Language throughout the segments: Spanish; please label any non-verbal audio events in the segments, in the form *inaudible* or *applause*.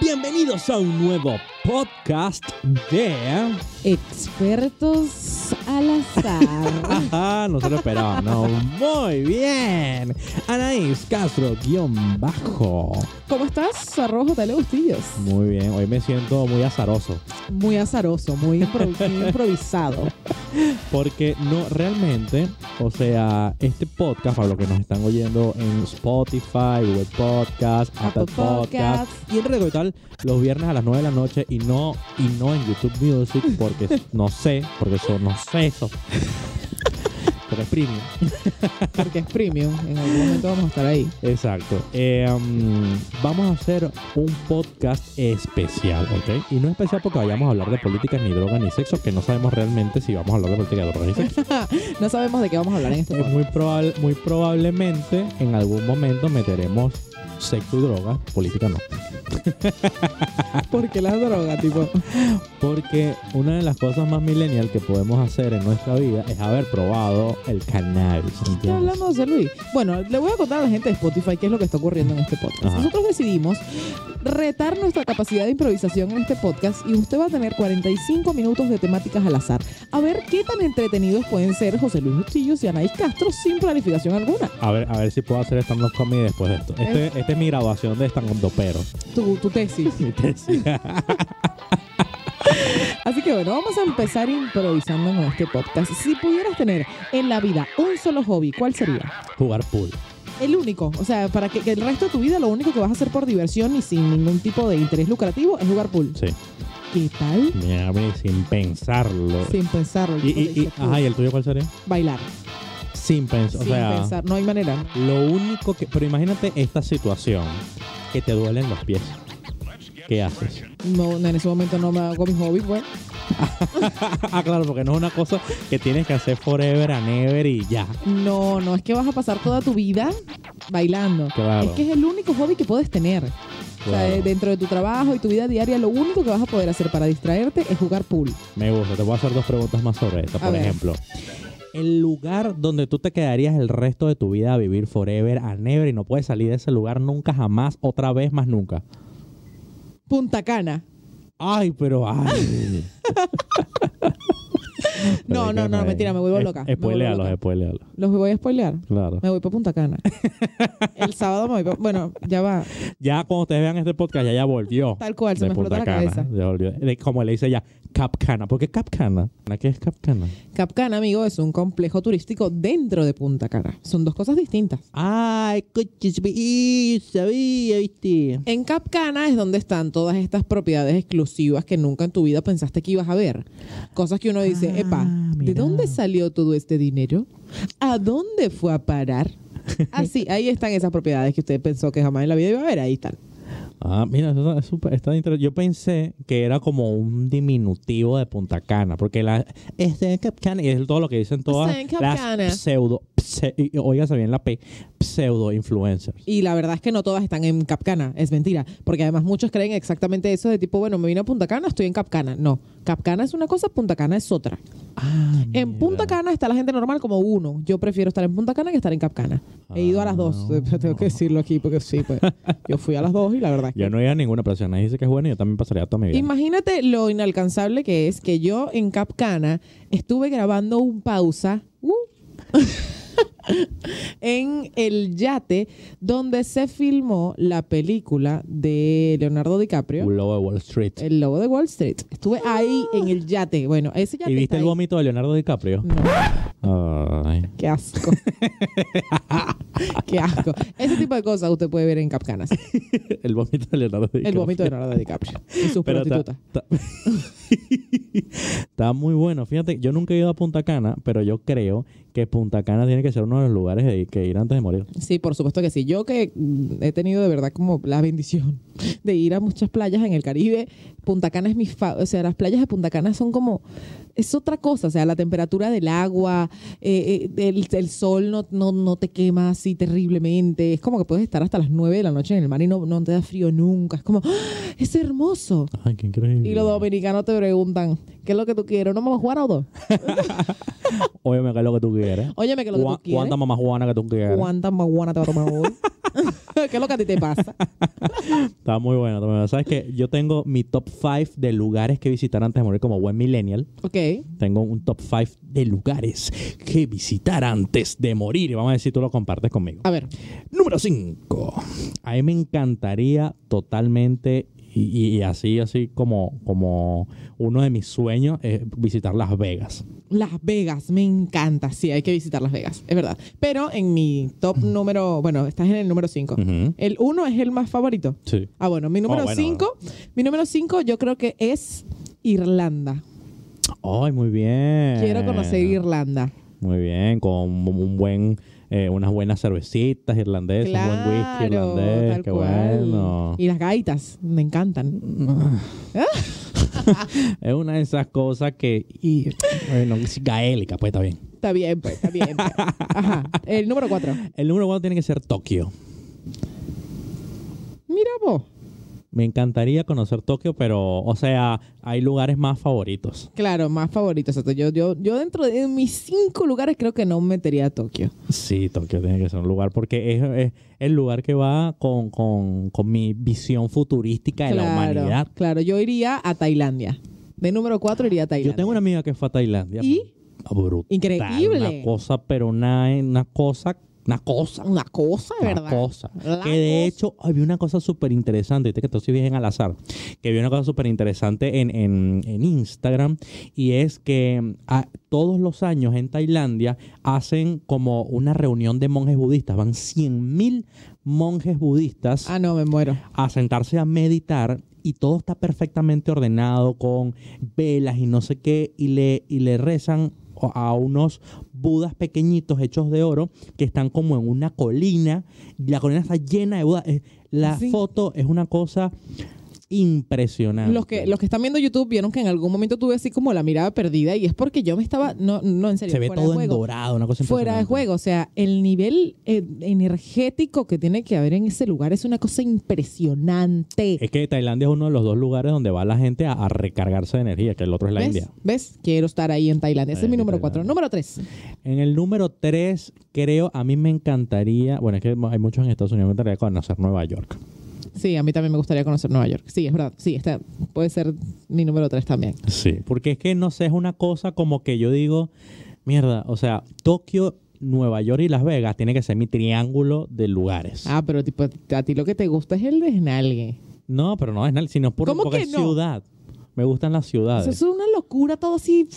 Bienvenidos a un nuevo podcast de... Expertos al *laughs* azar. Ajá, no se lo esperaba, no. Muy bien. Anaís Castro, guión bajo. ¿Cómo estás, Arrojo Dale Bustillos? Muy bien, hoy me siento muy azaroso Muy azaroso, muy, impro- muy improvisado. porque no realmente, o sea, este podcast, para los que nos están oyendo en Spotify, Google Podcast, Apple, Apple Podcast, Podcast. y en Radio Tal los viernes a las 9 de la noche y no y no en YouTube Music porque no sé, porque eso no sé eso. Porque es premium. Porque es premium. En algún momento vamos a estar ahí. Exacto. Eh, mm, vamos a hacer un podcast especial, ¿ok? Y no especial porque vayamos a hablar de políticas, ni droga, ni sexo, que no sabemos realmente si vamos a hablar de política, droga, ni sexo. No sabemos de qué vamos a hablar en este Es momento. muy, probable, muy probablemente en algún momento meteremos sexo y droga, política no. Porque las drogas, tipo. Porque una de las cosas más millennial que podemos hacer en nuestra vida es haber probado el cannabis. ¿Qué ¿entiendes? hablamos de Luis? Bueno, le voy a contar a la gente de Spotify qué es lo que está ocurriendo en este podcast. Ajá. Nosotros decidimos retar nuestra capacidad de improvisación en este podcast y usted va a tener 45 minutos de temáticas al azar. A ver qué tan entretenidos pueden ser José Luis Bustillos y Anaís Castro sin planificación alguna. A ver, a ver si puedo hacer stand-up comedy después de esto. Este, esta es mi grabación de stand-up pero. Tu, tu tesis. Mi tesis. Así que bueno, vamos a empezar improvisando con este podcast. Si pudieras tener en la vida un solo hobby, ¿cuál sería? *laughs* Jugar pool. El único. O sea, para que, que el resto de tu vida lo único que vas a hacer por diversión y sin ningún tipo de interés lucrativo es jugar pool. Sí. ¿Qué tal? Mira, ve, sin pensarlo. Sin pensarlo. el Y, tipo y- dice, y- ajá, ¿y el tuyo cuál sería? Bailar. Sin pensar. O sin sea, pensar. No hay manera. lo único que. Pero imagínate esta situación: que te duelen los pies. ¿Qué haces? *laughs* No, en ese momento no me hago mis hobbies, pues. ah, claro, porque no es una cosa que tienes que hacer forever and ever y ya. No, no, es que vas a pasar toda tu vida bailando. Claro. Es que es el único hobby que puedes tener. O sea, claro. eh, dentro de tu trabajo y tu vida diaria, lo único que vas a poder hacer para distraerte es jugar pool. Me gusta. Te voy a hacer dos preguntas más sobre esto. A Por ver. ejemplo, el lugar donde tú te quedarías el resto de tu vida a vivir forever and ever y no puedes salir de ese lugar nunca, jamás, otra vez, más nunca. Punta Cana. Ay, pero ay. *laughs* No, no, no, mentira, me vuelvo loca, me vuelvo Spoilealo, loca. spoilealo. Los voy a spoilear. Claro. Me voy para Punta *laughs* Cana. El sábado me voy pa- Bueno, ya va. Ya cuando ustedes vean este podcast, ya, ya volvió. Tal cual, se de me explota Punta la Cana. cabeza. Ya volvió. De- Como le dice ya, Capcana. ¿Por qué Capcana? ¿Qué es Capcana? Capcana, amigo, es un complejo turístico dentro de Punta Cana. Son dos cosas distintas. Ay, coches, vi- sabía, viste. En Capcana es donde están todas estas propiedades exclusivas que nunca en tu vida pensaste que ibas a ver. Cosas que uno dice, Ah, epa, ¿de mira. dónde salió todo este dinero? ¿A dónde fue *laughs* a parar? Así, ahí están esas propiedades que usted pensó que jamás en la vida iba a ver, ahí están. Ah, mira, eso está, súper- está interesante. Yo pensé que era como un diminutivo de Punta Cana, porque la este es de Capcana y es todo lo que dicen todas Está Este en Cap Cana. las pseudo, pse- y- óigase bien la P, pseudo influencers. Y la verdad es que no todas están en Capcana, es mentira, porque además muchos creen exactamente eso de tipo, bueno, me vine a Punta Cana, estoy en Capcana. No, Capcana es una cosa, Punta Cana es otra. Ah, En mira. Punta Cana está la gente normal como uno. Yo prefiero estar en Punta Cana que estar en Capcana. He ido a las dos, Ah. *laughs* tengo que decirlo aquí porque sí, pues yo fui a las dos y la verdad es que... Yo no iba a ninguna presión. Ahí dice que es bueno y yo también pasaría toda mi vida. Imagínate lo inalcanzable que es que yo en Capcana estuve grabando un pausa ¡uh! *laughs* en el yate donde se filmó la película de Leonardo DiCaprio, Un lobo de Wall Street. El Lobo de Wall Street. Estuve ahí en el yate. Bueno, ese yate ¿Y está viste el ahí. vómito de Leonardo DiCaprio? No. Ay. *laughs* Qué asco. Qué asco. Ese tipo de cosas usted puede ver en Capcanas. El vómito de Leonardo DiCaprio. El vómito de Leonardo DiCaprio y sus Pero está, prostitutas. está- *laughs* está muy bueno. Fíjate, yo nunca he ido a Punta Cana, pero yo creo que Punta Cana tiene que ser uno de los lugares de- que ir antes de morir. Sí, por supuesto que sí. Yo que mm, he tenido de verdad como la bendición de ir a muchas playas en el Caribe, Punta Cana es mi fa o sea, las playas de Punta Cana son como es otra cosa, o sea, la temperatura del agua, eh, eh, el, el sol no, no, no te quema así terriblemente, es como que puedes estar hasta las 9 de la noche en el mar y no, no te da frío nunca, es como, ¡ah! es hermoso. Ay, qué increíble. Y los dominicanos te preguntan, ¿qué es lo que tú quieres? ¿Una mamá juana o dos? Óyeme, que es lo que tú quieres. Óyeme, ¿qué es lo que tú Cuánta quieres? mamá juana que tú quieres. ¿Cuánta maguana te va a tomar hoy? *laughs* ¿Qué es lo que a ti te pasa? Está muy bueno. está muy bueno. Sabes que yo tengo mi top 5 de lugares que visitar antes de morir como buen millennial. Ok. Tengo un top 5 de lugares que visitar antes de morir. Y vamos a ver si tú lo compartes conmigo. A ver. Número 5. A mí me encantaría totalmente, y, y así, así como, como uno de mis sueños, es visitar Las Vegas. Las Vegas, me encanta. Sí, hay que visitar Las Vegas, es verdad. Pero en mi top número, bueno, estás en el número 5. Mm. Ujú. El 1 es el más favorito. Sí. Ah, bueno, mi número bueno, 5, mi número 5 yo creo que es Irlanda. Ay, muy bien. Quiero conocer Eh. Irlanda. Muy bien, con un buen, eh, unas buenas cervecitas irlandesas, un buen whisky Claro, irlandés. tal Qué cual. bueno. Y las gaitas, me encantan. Es una de esas cosas que. Y, bueno, es gaélica, pues está bien. Está bien, pues, está bien. pues. Ajá. El número 4. El número uno tiene que ser Tokio. Mira vos. Me encantaría conocer Tokio, pero, o sea, hay lugares más favoritos. Claro, más favorito. exacto. yo, yo, yo dentro de mis cinco lugares creo que no metería a Tokio. Sí, Tokio tiene que ser un lugar, porque es, es el lugar que va con, con- con mi visión futurística de la humanidad. Claro, yo iría a Tailandia. De número 4 iría a Tailandia. Yo tengo una amiga que fue a Tailandia. ¿Y? Brutal, Increíble. Una cosa, pero una, una cosa, una cosa. una cosa, de Una ¿verdad? cosa. La que de cosa. hecho, había una cosa súper interesante. Viste que estoy bien al azar. Que había una cosa súper interesante en, en- en Instagram. Y es que mm, a- todos los años en Tailandia hacen como una reunión de monjes budistas. Van 100.000 monjes budistas Ah, no, me muero. a sentarse a meditar y todo está perfectamente ordenado con velas y no sé qué y le, y le rezan a unos budas pequeñitos hechos de oro que están como en una colina y la colina está llena de budas. Eh, La Sí. foto es una cosa impresionante. Los que, los que están viendo YouTube vieron que en algún momento tuve así como la mirada perdida y es porque yo me estaba. No, no, en serio. Se ve fuera de todo en juego. dorado, una cosa Fuera de impresionante. juego, o sea, el nivel eh, energético que tiene que haber en ese lugar es una cosa impresionante. Es que Tailandia es uno de los dos lugares donde va la gente a, a recargarse de energía, que el otro es la ¿Ves? India. ¿Ves? Quiero estar ahí en Tailandia. Ese Ahí es mi en número 4. Tailandia. Número 3. En el número 3, creo, a mí me encantaría, bueno, es que hay muchos en Estados Unidos, me encantaría conocer Nueva York. Sí, a mí también me gustaría conocer Nueva York. Sí, es verdad. Sí, está, puede ser mi número 3 también. Sí. Porque es que, no sé, es una cosa como que yo digo, mierda, o sea, Tokio, Nueva York y Las Vegas tiene que ser mi triángulo de lugares. Ah, pero tipo, a ti lo que te gusta es el desnalgue. No, pero no es nada, sino por, ¿Cómo porque que es no? ciudad. Me gustan las Eso ciudades. es una locura, todo así.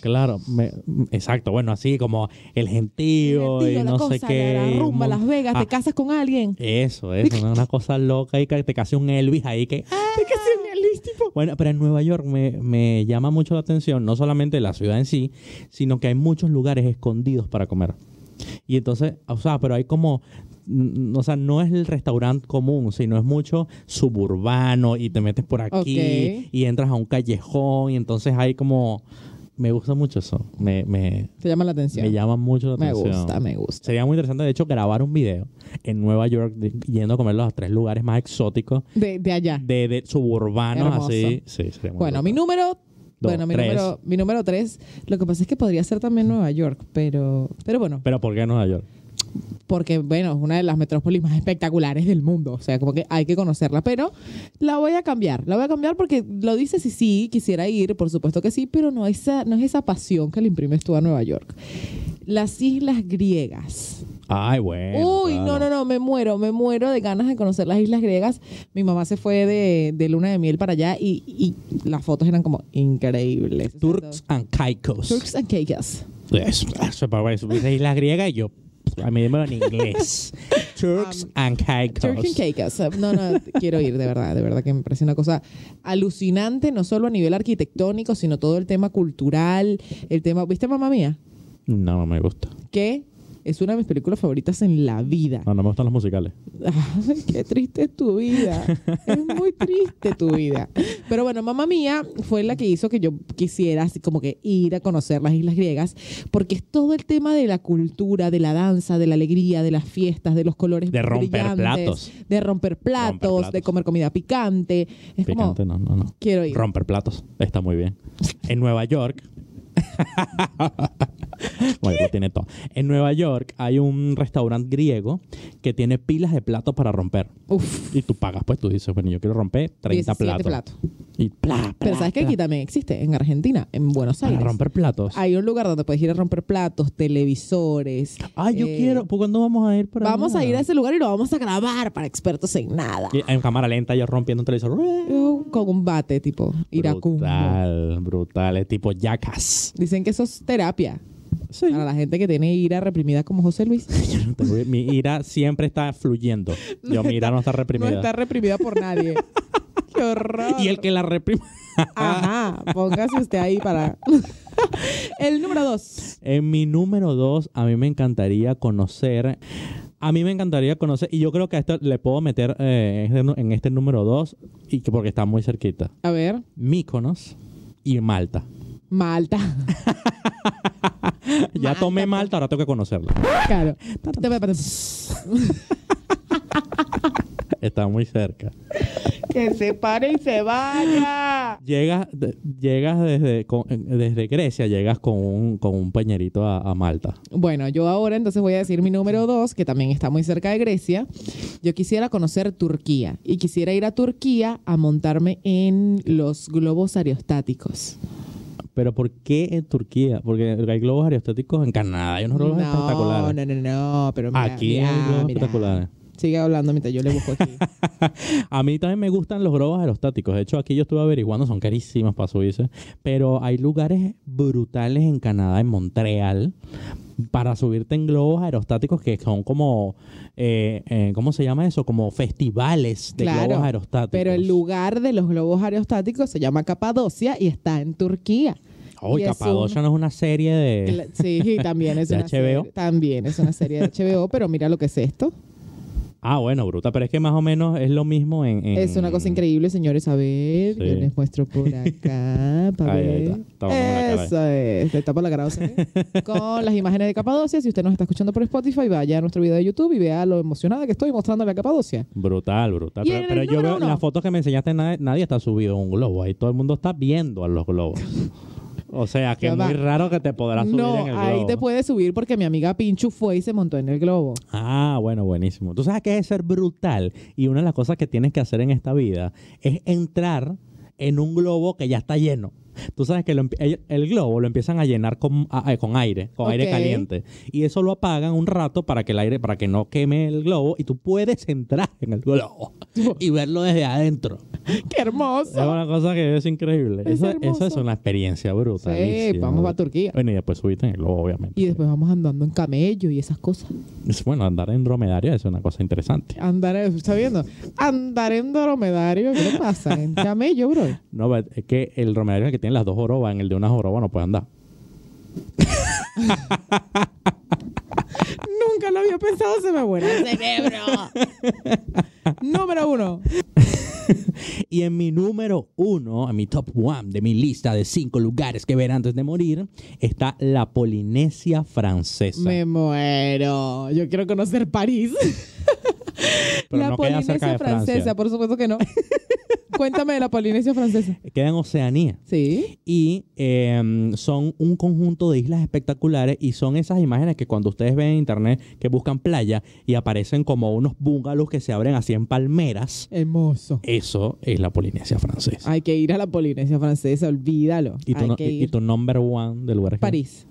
Claro, me- exacto. Bueno, así como el gentío, divertido, y la no cosa, sé qué. la- la y un rumba, mon- Las Vegas, Ah, te casas con alguien. Eso, eso, ¿no? una cosa loca y que te casi un Elvis ahí que... ¡ah! Te casas con alguien, tipo. Bueno, pero en Nueva York me, me llama mucho la atención, no solamente la ciudad en sí, sino que hay muchos lugares escondidos para comer. Y entonces, o sea, pero hay como, mm, o sea, no es el restaurante común, sino es mucho suburbano y te metes por aquí Ok. y entras a un callejón y entonces hay como, me gusta mucho eso, me, me, Te llama la atención. me llama mucho la Me atención. gusta, me gusta. Sería muy interesante, de hecho, grabar un video en Nueva York de- yendo a comer los tres lugares más exóticos De, de allá. de, de suburbanos Hermoso. así. Sí, sería muy brutal. Bueno, mi número. Dos, bueno, mi tres. número, mi número 3. Lo que pasa es que podría ser también Nueva York, pero. Pero bueno, Pero ¿por qué Nueva York? porque bueno, es una de las metrópolis más espectaculares del mundo, o sea, como que hay que conocerla, pero la voy a cambiar, la voy a cambiar porque lo dices y sí, quisiera ir, por supuesto que sí, pero no, esa, no es esa pasión que le imprimes tú a Nueva York. Las islas griegas. Ay, bueno. Uy, no, no, no, me muero, me muero de ganas de conocer las islas griegas. Mi mamá se fue de, de luna de miel para allá y, y las fotos eran como increíbles. Turks and Caicos. Turks and Caicos. Eso, eso, para eso. Dice isla griega y yo. pues, A mí dímelo en *laughs* inglés. Turks and Caicos. Turk Um, and Caicos. No, no, quiero ir, de verdad, de verdad que me parece una cosa alucinante, no solo a nivel arquitectónico, sino todo el tema cultural, el tema, ¿viste mamá mía? No, no me gusta. Que es una de mis películas favoritas en la vida. No, no me gustan los musicales. Ay, *laughs* qué triste es tu vida. Es muy triste tu vida. Pero bueno, mamá mía fue la que hizo que yo quisiera así como que ir a conocer las islas griegas, porque es todo el tema de la cultura, de la danza, de la alegría, de las fiestas, de los colores De romper brillantes, platos. de romper platos, Romper platos. de comer comida picante. Es Picante, como no, no, no. quiero ir. *laughs* Romper platos. Está muy bien. En Nueva York. Bueno, lo tiene todo. En Nueva York hay un restaurante griego que tiene pilas de platos para romper. Uf. Y tú pagas, pues tú dices, bueno, yo quiero romper 30 17 platos. Y pla, pla, Pero sabes que pla. aquí también existe, en Argentina, en Buenos Para Aires. romper platos. Hay un lugar donde puedes ir a romper platos, televisores. Ay, Ah, yo eh, quiero. ¿Por cuándo vamos a ir para Vamos a ir a ese lugar y lo vamos a grabar para expertos en nada. En cámara lenta, yo rompiendo un televisor. Yo Con un bate, tipo, iracundo. Brutal, brutal. Es tipo yacas. Dicen que eso es terapia Sí. para la gente que tiene ira reprimida como José Luis. Yo no tengo- mi ira siempre está fluyendo. Yo, mi ira no está reprimida. No está *laughs* reprimida por *laughs* nadie. ¡Qué horror! Y el que la reprime. *laughs* Ajá, póngase usted ahí para... *laughs* el número dos. En mi número dos, a mí me encantaría conocer. A mí me encantaría conocer, y yo creo que a esto le puedo meter eh, en este- en este número dos, y que porque está muy cerquita. A ver, Míconos y *laughs* Malta. Malta. Ya Malta, tomé pues. Malta, ahora tengo que conocerla. Claro. Está muy cerca. que se pare y se vaya. Llegas, de- llegas desde, con- eh, desde Grecia, llegas con un, con un pañerito a, a Malta. Bueno, yo ahora entonces voy a decir mi número dos, que también está muy cerca de Grecia. Yo quisiera conocer Turquía y quisiera ir a Turquía a montarme en los globos aerostáticos. Pero ¿por qué en Turquía? Porque hay globos aerostáticos en Canadá. Hay unos globos espectaculares. no, no, no, pero mira, Aquí mira, hay globos mira. espectaculares. Sigue hablando mientras yo le *laughs* busco aquí. A mí también me gustan los globos aerostáticos. De hecho, aquí yo estuve averiguando, son carísimos para subirse. Pero hay lugares brutales en Canadá, en Montreal, para subirte en globos aerostáticos que son como, eh, eh, ¿cómo se llama eso? Como festivales de Claro, globos aerostáticos. Pero el lugar de los globos aerostáticos se llama Capadocia y está en Turquía. Uy, y es Capadocia no es una serie de... Cla- Sí, y también es Eh. *laughs* ¿De una HBO? serie. También es una serie de HBO, pero mira lo que es esto. Ah, bueno, bruta, pero es que más o menos es lo mismo en... en- Es una cosa increíble, señores. A ver, Mm. Sí. yo les *laughs* muestro por acá. Para Ahí, ahí ver. está. Toma la cara. Eso es. Te tapa la cara. o sea, *laughs* Con las imágenes de Capadocia. Si usted nos está escuchando por Spotify, vaya a nuestro video de YouTube y vea lo emocionada que estoy mostrándole a Capadocia. Brutal, brutal. Y Pero, en el pero yo número veo uno. las fotos que me enseñaste, nadie, nadie está subido en un globo. Ahí todo el mundo está viendo a los globos. O sea, que Ya es va. muy raro que te podrás subir No, en el globo. ahí te puedes subir porque mi amiga Pinchu fue y se montó en *laughs* el globo. Ah, bueno, buenísimo. Tú sabes que es ser brutal. Y una de las cosas que tienes que hacer en esta vida es entrar en un globo que ya está lleno. Tú sabes que lo empie- el, el globo lo empiezan a llenar con, a- a- con aire, con aire Ok. caliente. Y eso lo apagan un rato para que el aire, para que no queme el globo. Y tú puedes entrar en el *laughs* globo y verlo desde adentro. ¡Qué Es hermoso! una cosa que es increíble. Es eso, hermoso. eso es una experiencia bruta. Sí, vamos para Turquía. Bueno, y después subiste en el globo, obviamente. Y después vamos andando en camello y esas cosas. Es Bueno, andar en dromedario es una cosa interesante. Andar, ¿está viendo? Andar en dromedario, ¿qué le pasa? En camello, bro. No, but es que el dromedario es el que tiene las dos jorobas, en el de una joroba no puede andar. Nunca lo había pensado, se me vuela el cerebro. *laughs* Número uno. Y en mi número uno, en mi top one de mi lista de cinco lugares que ver antes de morir, está la Polinesia francesa. Me muero. Yo quiero conocer París. *laughs* Pero la no queda Polinesia cerca de francesa, Francia. por *laughs* supuesto que no. Cuéntame de la Polinesia francesa. Queda en Oceanía. Sí. y eh, son un conjunto de islas espectaculares y son esas imágenes que cuando ustedes ven en internet que buscan playa y aparecen como unos bungalows que se abren así en palmeras, Hermoso. eso es la Polinesia francesa. Hay que ir a la Polinesia francesa, olvídalo. Y tu, Hay no- que y- y ir. tu number one del lugar es que- París.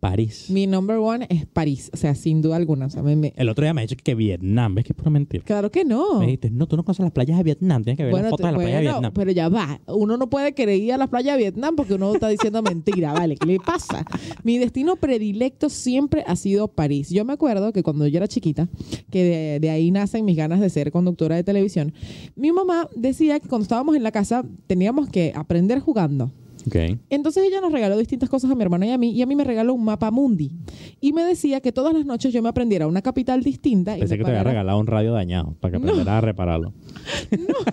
París. Mi number one es París. O sea, sin duda alguna. O sea, me- me- El otro día me ha dicho que Vietnam, ves que es pura mentira. Claro que no. Me dijiste, no, tú no conoces las playas de Vietnam, tienes que ver las Bueno, fotos de te- las playas de bueno, Vietnam. pero ya va. Uno no puede querer ir a la playa de Vietnam porque uno está diciendo mentira, *laughs* ¿vale? ¿Qué le pasa? Mi destino predilecto siempre ha sido París. Yo me acuerdo que cuando yo era chiquita, que de, de ahí nacen mis ganas de ser conductora de televisión, mi mamá decía que cuando estábamos en la casa teníamos que aprender jugando. Ok. Entonces ella nos regaló distintas cosas a mi hermana y a mí, y a mí me regaló un mapa mundi. Y me decía que todas las noches yo me aprendiera una capital distinta. y Pensé me que te había pagara- regalado un radio dañado para que aprendieras a repararlo.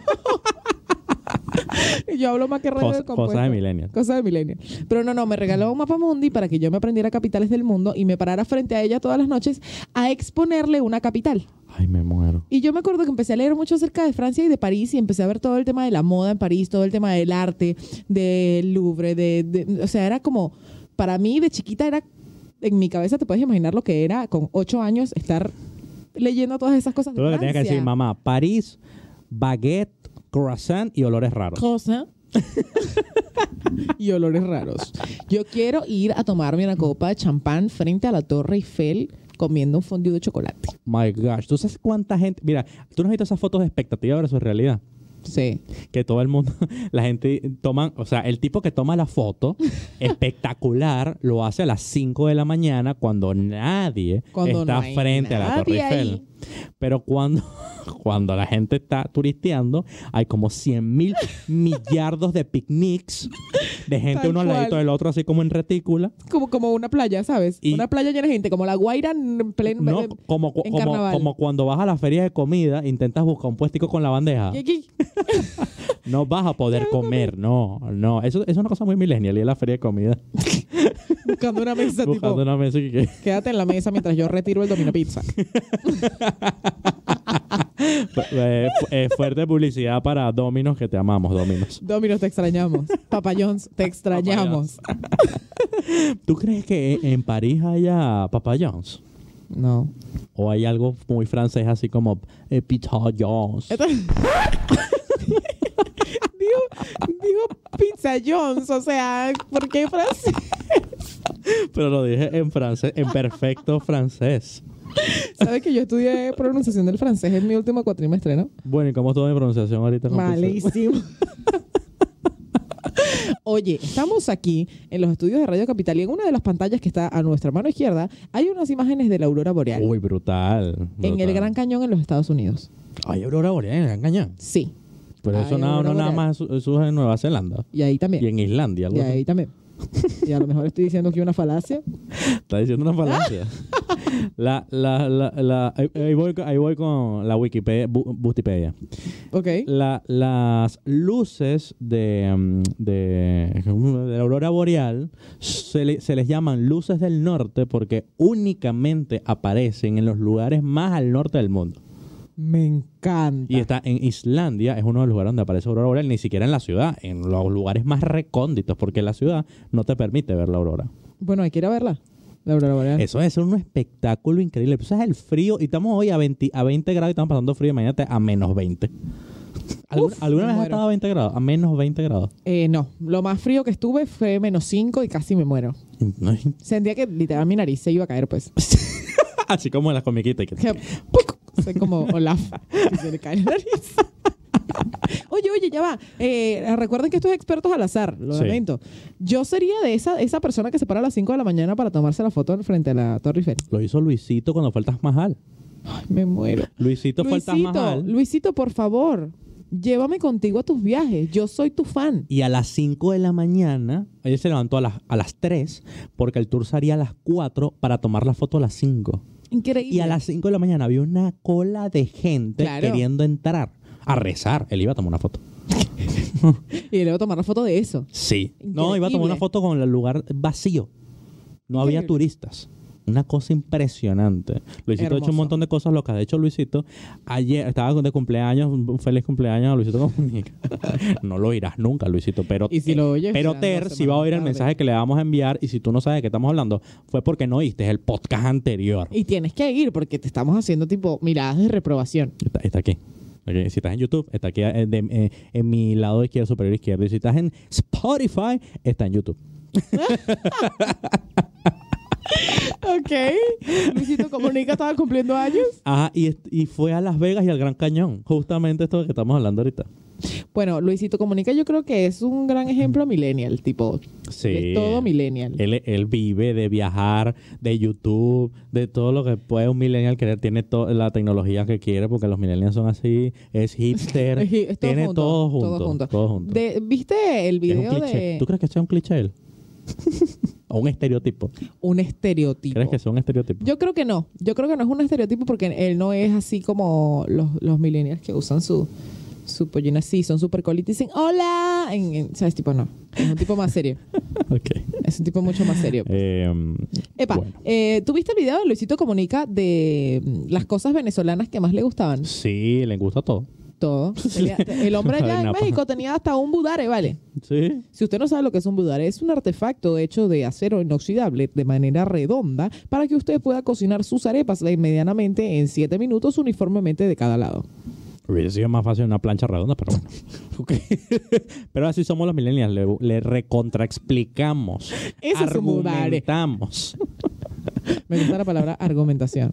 *laughs* Yo hablo más que *laughs* radio Cos- descompuesto. cosas de millennials. Cosa de milenio. Pero no, no, me regaló un mapa mundi para que yo me aprendiera capitales del mundo y me parara frente a ella todas las noches a exponerle una capital. Ay, me muero. Y yo me acuerdo que empecé a leer mucho acerca de Francia y de París y empecé a ver todo el tema de la moda en París, todo el tema del arte, del Louvre, de, de- o sea, era como, para mí de chiquita era en mi cabeza te puedes imaginar lo que era con ocho años estar leyendo todas esas cosas. Tú lo que tenías que decir, mamá, París, baguette, croissant y olores raros. Cosa. *laughs* y olores raros. Yo quiero ir a tomarme una copa de champán frente a la Torre Eiffel comiendo un fondue de chocolate. My gosh, ¿tú sabes cuánta gente? Mira, tú no has visto esas fotos de expectativa versus realidad. Sí. Que todo el mundo, *laughs* la gente toma, o sea, el tipo que toma la *laughs* foto espectacular lo hace a las 5 de la mañana cuando nadie Cuando está no hay frente a la Torre nadie Eiffel. ahí. Pero cuando, *laughs* cuando la gente está turisteando, hay como 100 *laughs* mil millardos de picnics de gente Tal uno al ladito cual. del otro, así como en retícula. Como, como una playa, ¿sabes? Y- una playa llena de gente, como la Guaira en pleno... No, como, en como, carnaval. como cuando vas a las ferias de comida, intentas buscar un puestico con la bandeja. Y aquí- No vas a poder comer, no, no. Eso, eso es una cosa muy millennial, ir a la feria de *laughs* comida. buscando una mesa, tipo, Buscando una mesa y que- *laughs* quédate en la mesa mientras yo retiro el domino pizza. eh, fu- eh, fuerte publicidad para Dominos, que te amamos, Dominos. Domino, te extrañamos. Papa John's, te extrañamos. *laughs* ¿Tú crees que e, en París haya Papa John's? No. ¿O hay algo muy francés así como eh, Pizza John's? Entonces- *laughs* dijo, dijo Pizza John's, o sea, ¿por qué francés? *laughs* Pero lo dije en francés, en perfecto francés. Sabes que yo estudié pronunciación del francés en mi último cuatrimestre, ¿no? Bueno, ¿y cómo estuvo mi pronunciación ahorita? con pizza? Malísimo. Oye, estamos aquí en los estudios de Radio Capital y en una de las pantallas que está a nuestra mano izquierda hay unas imágenes de la aurora boreal Uy, brutal. en el brutal. Gran Cañón en los Estados Unidos. Hay aurora boreal en el Gran Cañón. Sí, Pero Hay eso no, aurora no nada boreal. más, eso eso es en Nueva Zelanda. y ahí también. Y en Islandia. algo Y así. ahí también. Y a lo mejor estoy diciendo que una falacia. Está diciendo *laughs* una falacia. la, la, la, la- ahí, ahí voy, con- ahí voy con la Wikipedia. Bu- Bustipedia. Ok. La- las luces de, mm, de, de la aurora boreal se, le- se les llaman luces del norte porque únicamente aparecen en los lugares más al norte del mundo. Me encanta. Y está en Islandia, es uno de los lugares donde aparece aurora boreal, ni siquiera en la ciudad, en los lugares más recónditos, porque la ciudad no te permite ver la aurora. Bueno, hay que ir a verla. La aurora boreal. Eso es un espectáculo increíble. Tú sabes el frío, y estamos hoy a 20, a 20 grados y estamos pasando frío, imagínate a menos 20. ¿Alguna, Uf, alguna me vez has muero. estado a 20 grados? A menos 20 grados. *laughs* Eh, no, lo más frío que estuve fue menos 5 y casi me muero. Ay, Sentía que literal mi nariz se iba a caer, pues. *laughs* Así como en las comiquitas. que- Que, ¡puc! Soy como Olaf. que se le cae la nariz. Oye, oye, ya va. Eh, recuerden que estos expertos al azar, lo Sí. lamento. Yo sería de esa, esa persona que se para a las 5 de la mañana para tomarse la foto en frente a la Torre Eiffel. Lo hizo Luisito cuando fue al Tajmahal. Ay, me muero. Luisito, fue al Luisito, Tajmahal. Luisito, por favor, llévame contigo a tus viajes. Yo soy tu fan. Y a las 5 de la mañana, él se levantó a las, a las 3 porque el tour salía a las 4 para tomar la foto a las 5. Increíble. Y a las 5 de la mañana había una cola de gente Claro. queriendo entrar a rezar. Él iba a tomar una foto. Y le voy a tomar la foto de eso. Sí. No, iba a tomar Increíble. una foto con el lugar vacío. No había Increíble. turistas. Una cosa impresionante. Luisito ha hecho Hermoso. un montón de cosas locas. De hecho, Luisito, ayer estaba de cumpleaños, un feliz cumpleaños a Luisito *laughs* Comunica. no lo oirás nunca, Luisito, pero, eh, Y si lo oyes, pero serán Ter dos sí va a oír el semanas mensaje que le vamos a enviar. Y si tú no sabes de qué estamos hablando, fue porque no oíste el podcast anterior. Y tienes que ir porque te estamos haciendo tipo miradas de reprobación. Está, está aquí. Ok, Si estás en YouTube, está aquí eh, de- eh, en mi lado izquierdo, superior izquierdo. Y si estás en Spotify, está en YouTube. Ok. *laughs* Luisito Comunica estaba cumpliendo años. Ajá, y, est- y fue a Las Vegas y al Gran Cañón. Justamente esto de que estamos hablando ahorita. Bueno, Luisito Comunica yo creo que es un gran ejemplo millennial, tipo. Sí. De todo millennial. Él, él vive de viajar, de YouTube, de todo lo que puede un millennial querer. Tiene toda la tecnología que quiere porque los millennials son así. Es hipster. *laughs* Es- es todo tiene junto, todo junto. todo junto. todo junto. De- ¿Viste el Es un video cliché. de ¿Tú crees que sea un cliché *laughs* él? ¿O un estereotipo? un estereotipo? ¿Crees que sea un estereotipo? Yo creo que no. Yo creo que no es un estereotipo porque él no es así como los, los millennials que usan su, su pollina así, son súper colitas y dicen ¡Hola! En, en- ¿Sabes? Tipo, no. Es un tipo *laughs* más serio. *laughs* Ok. *laughs* Es un tipo mucho más serio. Em, Epa, bueno. eh, ¿tú viste el video de Luisito Comunica de mm, las cosas venezolanas que más le *laughs* gustaban? Sí, le gusta todo. Todo. Tenía- el hombre allá en Napa. México tenía hasta un budare, ¿vale? Sí. Si usted no sabe lo que es un budare, es un artefacto hecho de acero inoxidable de manera redonda para que usted pueda cocinar sus arepas eh, medianamente en 7 minutos uniformemente de cada lado. Hubiera sido más fácil una plancha redonda, pero bueno. *laughs* Ok. pero así somos los millennials. Le, le recontraexplicamos. Ese es un budare. *laughs* argumentamos. Me gusta *laughs* la palabra argumentación.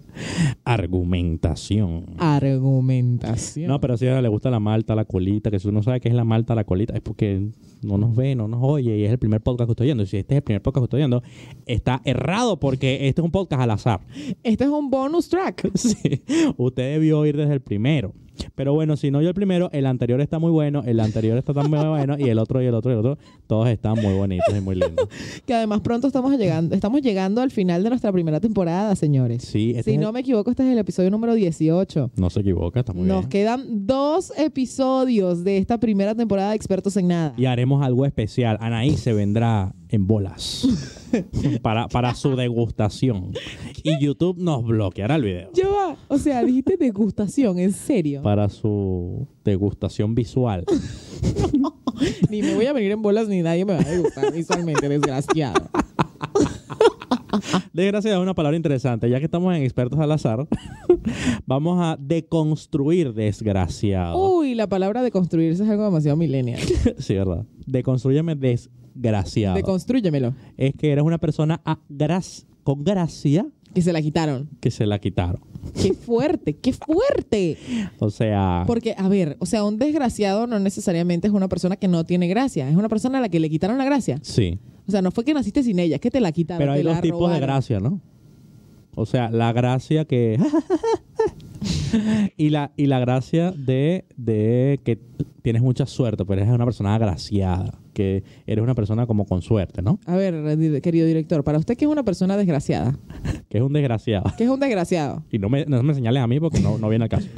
Argumentación. Argumentación. No, pero si a ella le gusta la malta, la colita, que si uno sabe qué es la malta, la colita, es porque no nos ve, no nos oye y es el primer podcast que estoy oyendo. Y si este es el primer podcast que estoy oyendo, está errado porque este es un podcast al azar. Este es un bonus track. *laughs* Sí, usted debió ir desde el primero. Pero bueno, si no yo el primero, el anterior está muy bueno, el anterior está tan muy bueno y el otro y el otro y el otro, todos están muy bonitos y muy lindos. Que además pronto estamos llegando, estamos llegando al final de nuestra primera temporada, señores. Sí, este si es el- no no, me equivoco, este es el episodio número 18. se equivoca, está muy Nos bien. quedan dos episodios de esta primera temporada de Expertos en Nada. Y haremos algo especial. Anaí se vendrá en bolas *laughs* para, para su degustación. Y YouTube nos bloqueará el video. Ya va. O sea, dijiste degustación, en serio. Para su degustación visual. Ni me voy a venir en bolas ni nadie me va a degustar visualmente, desgraciado. Desgracia es una palabra interesante. Ya que estamos en expertos al azar, *laughs* vamos a deconstruir desgraciado. Uy, la palabra deconstruirse es algo demasiado millennial. *laughs* Sí, ¿verdad? Deconstruyeme desgraciado. Deconstrúyemelo. es que eres una persona a gras- con gracia Que se la quitaron. que se la quitaron. *laughs* ¡Qué fuerte! ¡Qué fuerte! O sea, Porque, a ver, o sea, un desgraciado no necesariamente es una persona que no tiene gracia. Es una persona a la que le quitaron la gracia. sí. O sea, no fue que naciste sin ella, es que te la quitaron. Pero hay te la dos tipos de robaron. gracia, ¿no? O sea, la gracia que... *laughs* y, la, y la gracia de, de que tienes mucha suerte, pero eres una persona agraciada, que eres una persona como con suerte, ¿no? A ver, di- querido director, para usted que es una persona desgraciada, Que es un desgraciado. *laughs* que es un desgraciado. Y no me, no me señales a mí porque no, no viene al caso.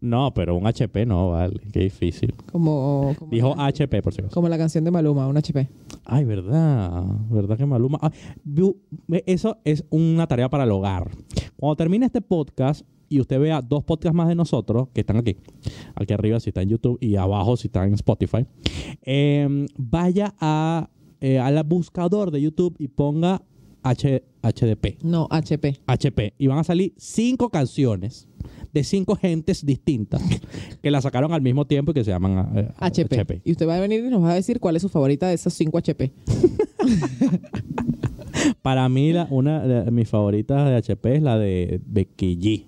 No, pero un HP no, vale. Qué difícil. Como, como, Dijo la, HP, por si acaso. como la canción de Maluma, un HP. Ay, verdad. ¿Verdad que Maluma? Ah, bu- ve, eso es una tarea para el hogar. Cuando termine este podcast y usted vea dos podcasts más de nosotros, que están aquí, aquí arriba si está en YouTube y abajo si está en Spotify, eh, vaya a, eh, al buscador de YouTube y ponga H- HDP. No, HP. HP y van a salir cinco canciones de cinco gentes distintas que la sacaron al mismo tiempo y que se llaman eh, HP. HP. Y usted va a venir y nos va a decir cuál es su favorita de esas 5 HP. Para mí, la- una de mis favoritas de HP es la de Becky G.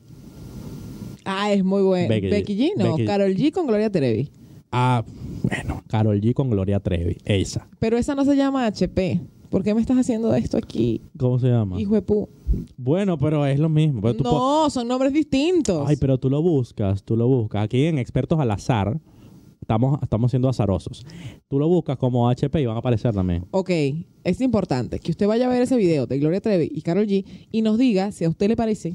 Ah, es muy buena. Becky Becky, G. G, no. Becky G. Carol G con Gloria Trevi. Ah, bueno, Carol G con Gloria Trevi. Esa. Pero esa no se llama HP. ¿Por qué me estás haciendo esto aquí, ¿Cómo se llama? hijo de pu? Bueno, pero es lo mismo. Ah. pero tú po- No, son nombres distintos. Ay, pero tú lo buscas, tú lo buscas. Aquí en Expertos al Azar, estamos, estamos siendo azarosos. Tú lo buscas como HP y van a aparecer también. Ok, es importante que usted vaya a ver ese video de Gloria Trevi y Carol G y nos diga si a usted le parece.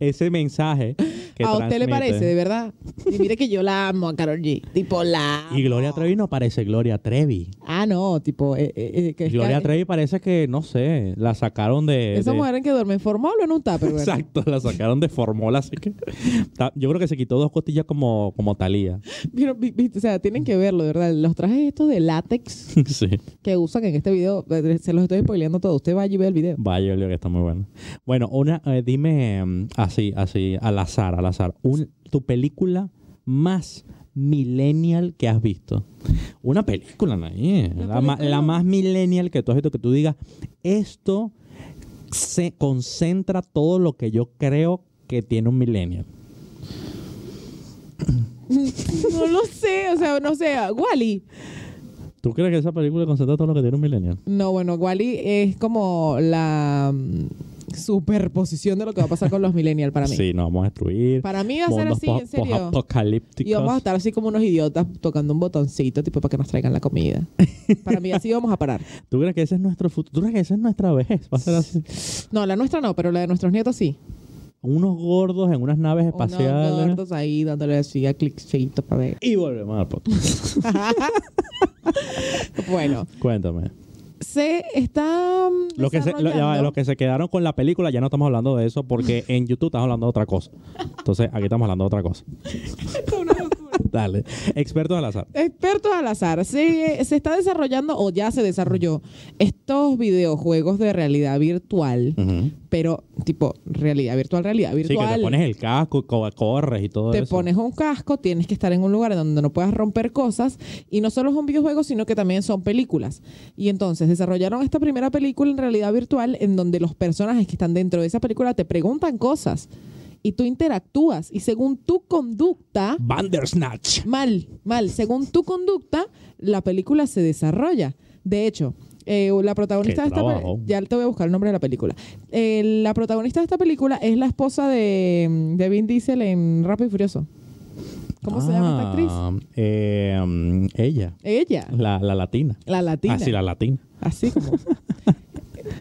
Ese mensaje que a usted le transmite- parece, de verdad. Y mire que yo la amo a Carol G. Tipo, la. Y amo. Gloria Trevi no parece Gloria Trevi. Ah, no, tipo. eh, eh, eh, que es Gloria que- Trevi parece que, no sé, la sacaron de... Esa de- mujer en que duerme en formal o en un *laughs* tupper. Exacto, la sacaron de Formola, así que... Ta- Yo creo que se quitó dos costillas como, como Talía. Pero, vi- vi- o sea, tienen que verlo, de verdad. Los trajes estos de látex *laughs* sí. que usan en este video, eh, se los estoy spoileando todo. Usted vaya y ve *laughs* el video. Vaya, Olio, que está muy bueno. Bueno, una, eh, dime em, así, así, al azar, al azar. Un- tu película más millennial que has visto. Una película, Nayib. Una La, ma- película. la más millennial que tú has visto, que tú digas, esto se concentra todo lo que yo creo que tiene un millennial. No lo sé, o sea, no sé. ah, Wally. ¿Tú crees que esa película concentra todo lo que tiene un millennial? No, bueno, Wally es como la mm, superposición de lo que va a pasar con los millennials para mí. Sí, nos vamos a destruir. Para mí va a ser Mundos así, en po- serio. posapocalípticos. Y vamos a estar así como unos idiotas tocando un botoncito, tipo, para que nos traigan *laughs* la comida. Para mí así vamos a parar. ¿Tú crees que ese es nuestro futuro? ¿Tú crees que esa es nuestra vejez? Va a ser así. No, la nuestra no, pero la de nuestros nietos sí. unos gordos en unas naves Unos espaciales. gordos ahí dándole así a clickcito para ver. *laughs* Y volvemos al podcast. bueno, Cuéntame. se está mm, Lo que, se, lo, ya va, desarrollando. lo que se quedaron con la película, ya no estamos hablando de eso *laughs* porque en YouTube estamos hablando de otra cosa. Entonces, aquí estamos hablando de otra *laughs* cosa. Esto es una locura. Dale. Expertos al azar. Expertos al azar, se, se está desarrollando o ya se desarrolló estos videojuegos de realidad virtual, Ujú. pero tipo realidad virtual, realidad Sí, que virtual. te pones el casco, co- corres y todo Te eso. pones un casco, tienes que estar en un lugar donde no puedas romper cosas. Y no solo es un videojuego, sino que también son películas. Y entonces desarrollaron esta primera película en realidad virtual en donde los personajes que están dentro de esa película te preguntan cosas y tú interactúas. Y según tu conducta, Bandersnatch. mal, mal, según tu conducta, la película se desarrolla. De hecho, eh, la protagonista Qué de esta pe- trabajo. ya te voy a buscar el nombre de la película. Eh, la protagonista de esta película es la esposa de, de Vin Diesel en Rápido y Furioso. ¿Cómo se Ah. llama esta actriz? actriz? eh, ella. Ella, La, la latina. la latina. Ah, sí, la latina. Así *laughs* como.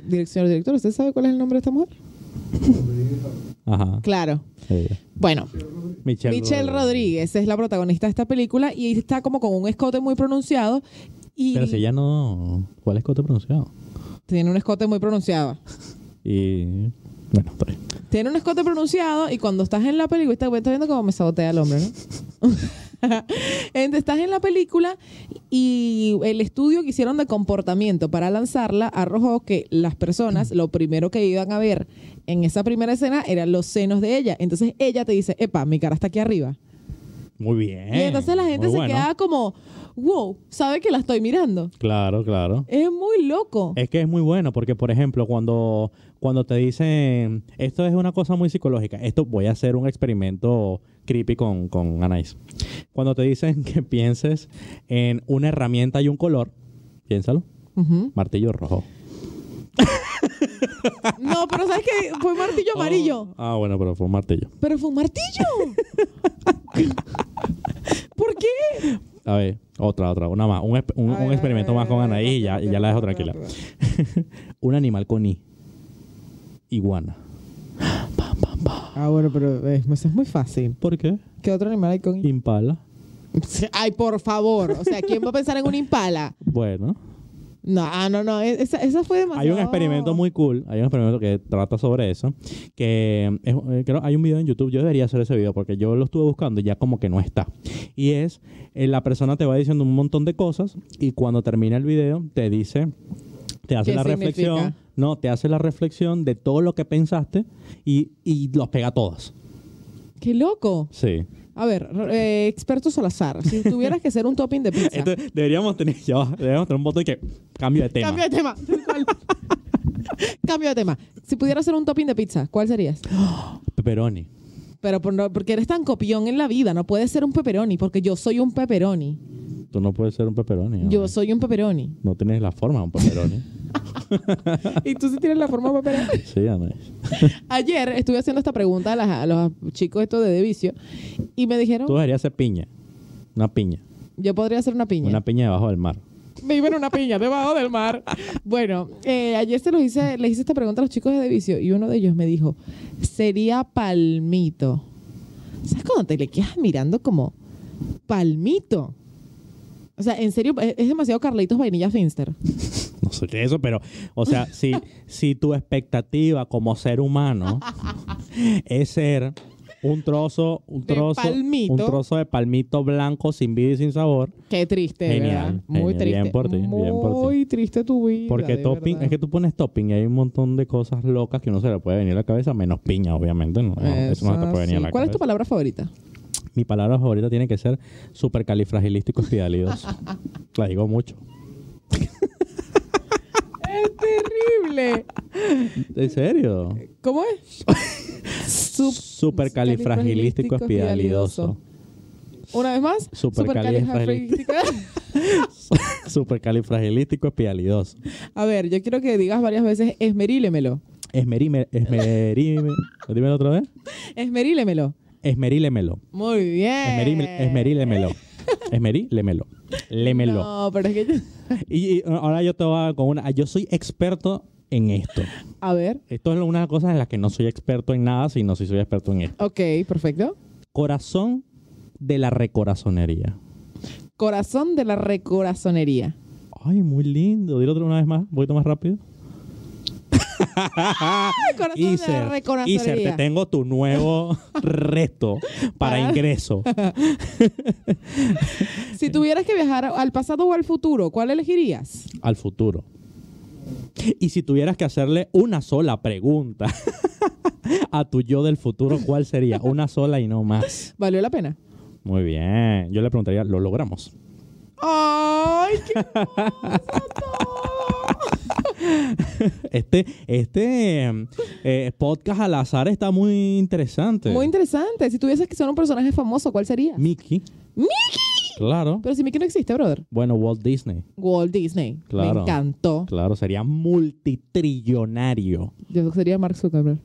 Dirección, director, ¿usted sabe cuál es el nombre de esta mujer? Ajá. Claro. Ella. Bueno, Michelle, Michelle Rodríguez es la protagonista de esta película y está como con un escote muy pronunciado. Y Pero si ya no. ¿Cuál es que te he pronunciado? tiene un escote muy pronunciado. Y. Bueno, está bien. Tiene un escote pronunciado y cuando estás en la película, estás estás viendo cómo me sabotea el hombre, ¿no? *laughs* Entonces, estás en la película y el estudio que hicieron de comportamiento para lanzarla arrojó que las personas lo primero que iban a ver en esa primera escena eran los senos de ella. Entonces ella te dice, epa, mi cara está aquí arriba. Muy bien. y entonces la gente Eh, Muy se bueno. queda como, wow, sabe que la estoy mirando. Claro, claro. Es muy loco. Es que es muy bueno porque, por ejemplo, cuando, cuando te dicen, esto es una cosa muy psicológica, esto voy a hacer un experimento creepy con, con Anaís. Cuando te dicen *laughs* que pienses en una herramienta y un color, piénsalo, Ujú. martillo rojo. No, pero ¿sabes qué? Fue un martillo amarillo. Oh, ah, bueno, pero fue un martillo. Pero fue un *laughs* martillo. ¿Por qué? A ver, otra, otra, una más, un, exp- un- un experimento más con Anaís y ya, y ya la dejo tranquila. *laughs* un animal con I. Iguana. Pam, pam, pam. Ah, bueno, pero eh, eso es muy fácil. ¿Por qué? ¿Qué otro animal hay con Impala. Ay, por favor. O sea, ¿quién va a pensar en un impala? Bueno. No, ah, no, no. e- Esa, esa fue demasiado. Hay un experimento muy cool, hay un experimento que trata sobre eso, que es- eh, creo hay un video en YouTube, yo debería hacer ese video porque yo lo estuve buscando y ya como que no está. Y es, eh, la persona te va diciendo un montón de cosas y cuando termina el video te dice, te hace ¿Qué la significa? reflexión, no, te hace la reflexión de todo lo que pensaste y, y los pega a todas. Qué loco. Sí. A ver, r- eh, expertos al azar. Si tuvieras que hacer un topping de pizza. Entonces, deberíamos tener, ya va, deberíamos tener un botón que cambio de tema. Cambio de tema. *laughs* tal cual. Cambio de tema. Si pudieras hacer un topping de pizza, ¿cuál serías? Pepperoni. Pero por no- porque eres tan copión en la vida, no puedes ser un pepperoni, porque yo soy un pepperoni. Tú no puedes ser un pepperoni. ¿no? Yo soy un pepperoni. no tienes la forma de un *laughs* pepperoni. Y tú sí tienes la forma pepperoni. sí, Andrés. Ayer estuve haciendo esta pregunta a, las- a los chicos estos de Devicio y me dijeron, Tú deberías hacer piña. Una piña. yo podría hacer una piña. *laughs* Una piña debajo del mar. Vivo en una piña debajo del mar. Bueno, eh, ayer se los hice, les hice esta pregunta a los chicos de Devicio y uno de ellos me dijo, sería palmito. ¿Sabes cuando te le quedas mirando como palmito? O sea, en serio, es, es demasiado Carlitos Vainilla Finster. No sé qué es eso, pero, o *laughs* sea, si, si tu expectativa como ser *laughs* humano es ser un trozo, un De trozo, palmito. un trozo de palmito blanco sin vida y sin sabor, Qué triste, Genial, ¿verdad? Muy genial. triste. Bien por ti, bien por ti. Muy triste tu vida. porque de topping, verdad. es que tú pones topping y hay un montón de cosas locas que uno se le puede venir a la cabeza, menos piña, obviamente, no, no, eso no se te Esa puede venir a sí. la ¿Cuál es tu cabeza. palabra favorita? Mi palabra favorita tiene que ser supercalifragilístico *laughs* espialidoso. la digo mucho. Es terrible. ¿En serio? ¿Cómo es? Sup- Supercalifragilístico espialidoso. Una vez más. Supercalifragilístico. Supercalifragilístico. Supercalifragilístico espialidoso. *laughs* A ver, yo quiero que digas varias veces esmerílemelo. Esmerime, esmerime, dímelo otra vez. Esmerílemelo. Esmerílemelo. Muy bien. Esmerime- Eh. Esmerílemelo. Esmerílemelo. Lémelo. No, pero es que yo- Y, y ahora yo te voy a- con una. ah, Yo soy experto en esto. A ver. Esto es una de las cosas en las que no soy experto en nada, sino si soy experto en esto. Ok, perfecto. Corazón de la recorazonería. Corazón de la recorazonería. Ay, muy lindo. Dilo otra una vez más, un poquito más rápido. corazón de Iser, recorazonería. Iser, te tengo tu *laughs* nuevo reto para Para- ingreso. Si tuvieras que viajar al pasado o al futuro, ¿cuál elegirías? al futuro. Y si tuvieras que hacerle una sola pregunta *laughs* a tu yo del futuro, ¿cuál sería? Una sola y no más. ¿Valió la pena? Muy bien. Yo le preguntaría, ¿lo logramos? ¡Ay, qué *laughs* Este, este eh, podcast al azar está muy interesante. Muy interesante. Si tuvieses que ser un personaje famoso, ¿cuál sería? Mickey. Claro. Pero si Mickey no existe, brother. Bueno, Walt Disney. Walt Disney. Claro. Me encantó. Claro, sería multitrillonario. Yo sería Mark Zuckerberg.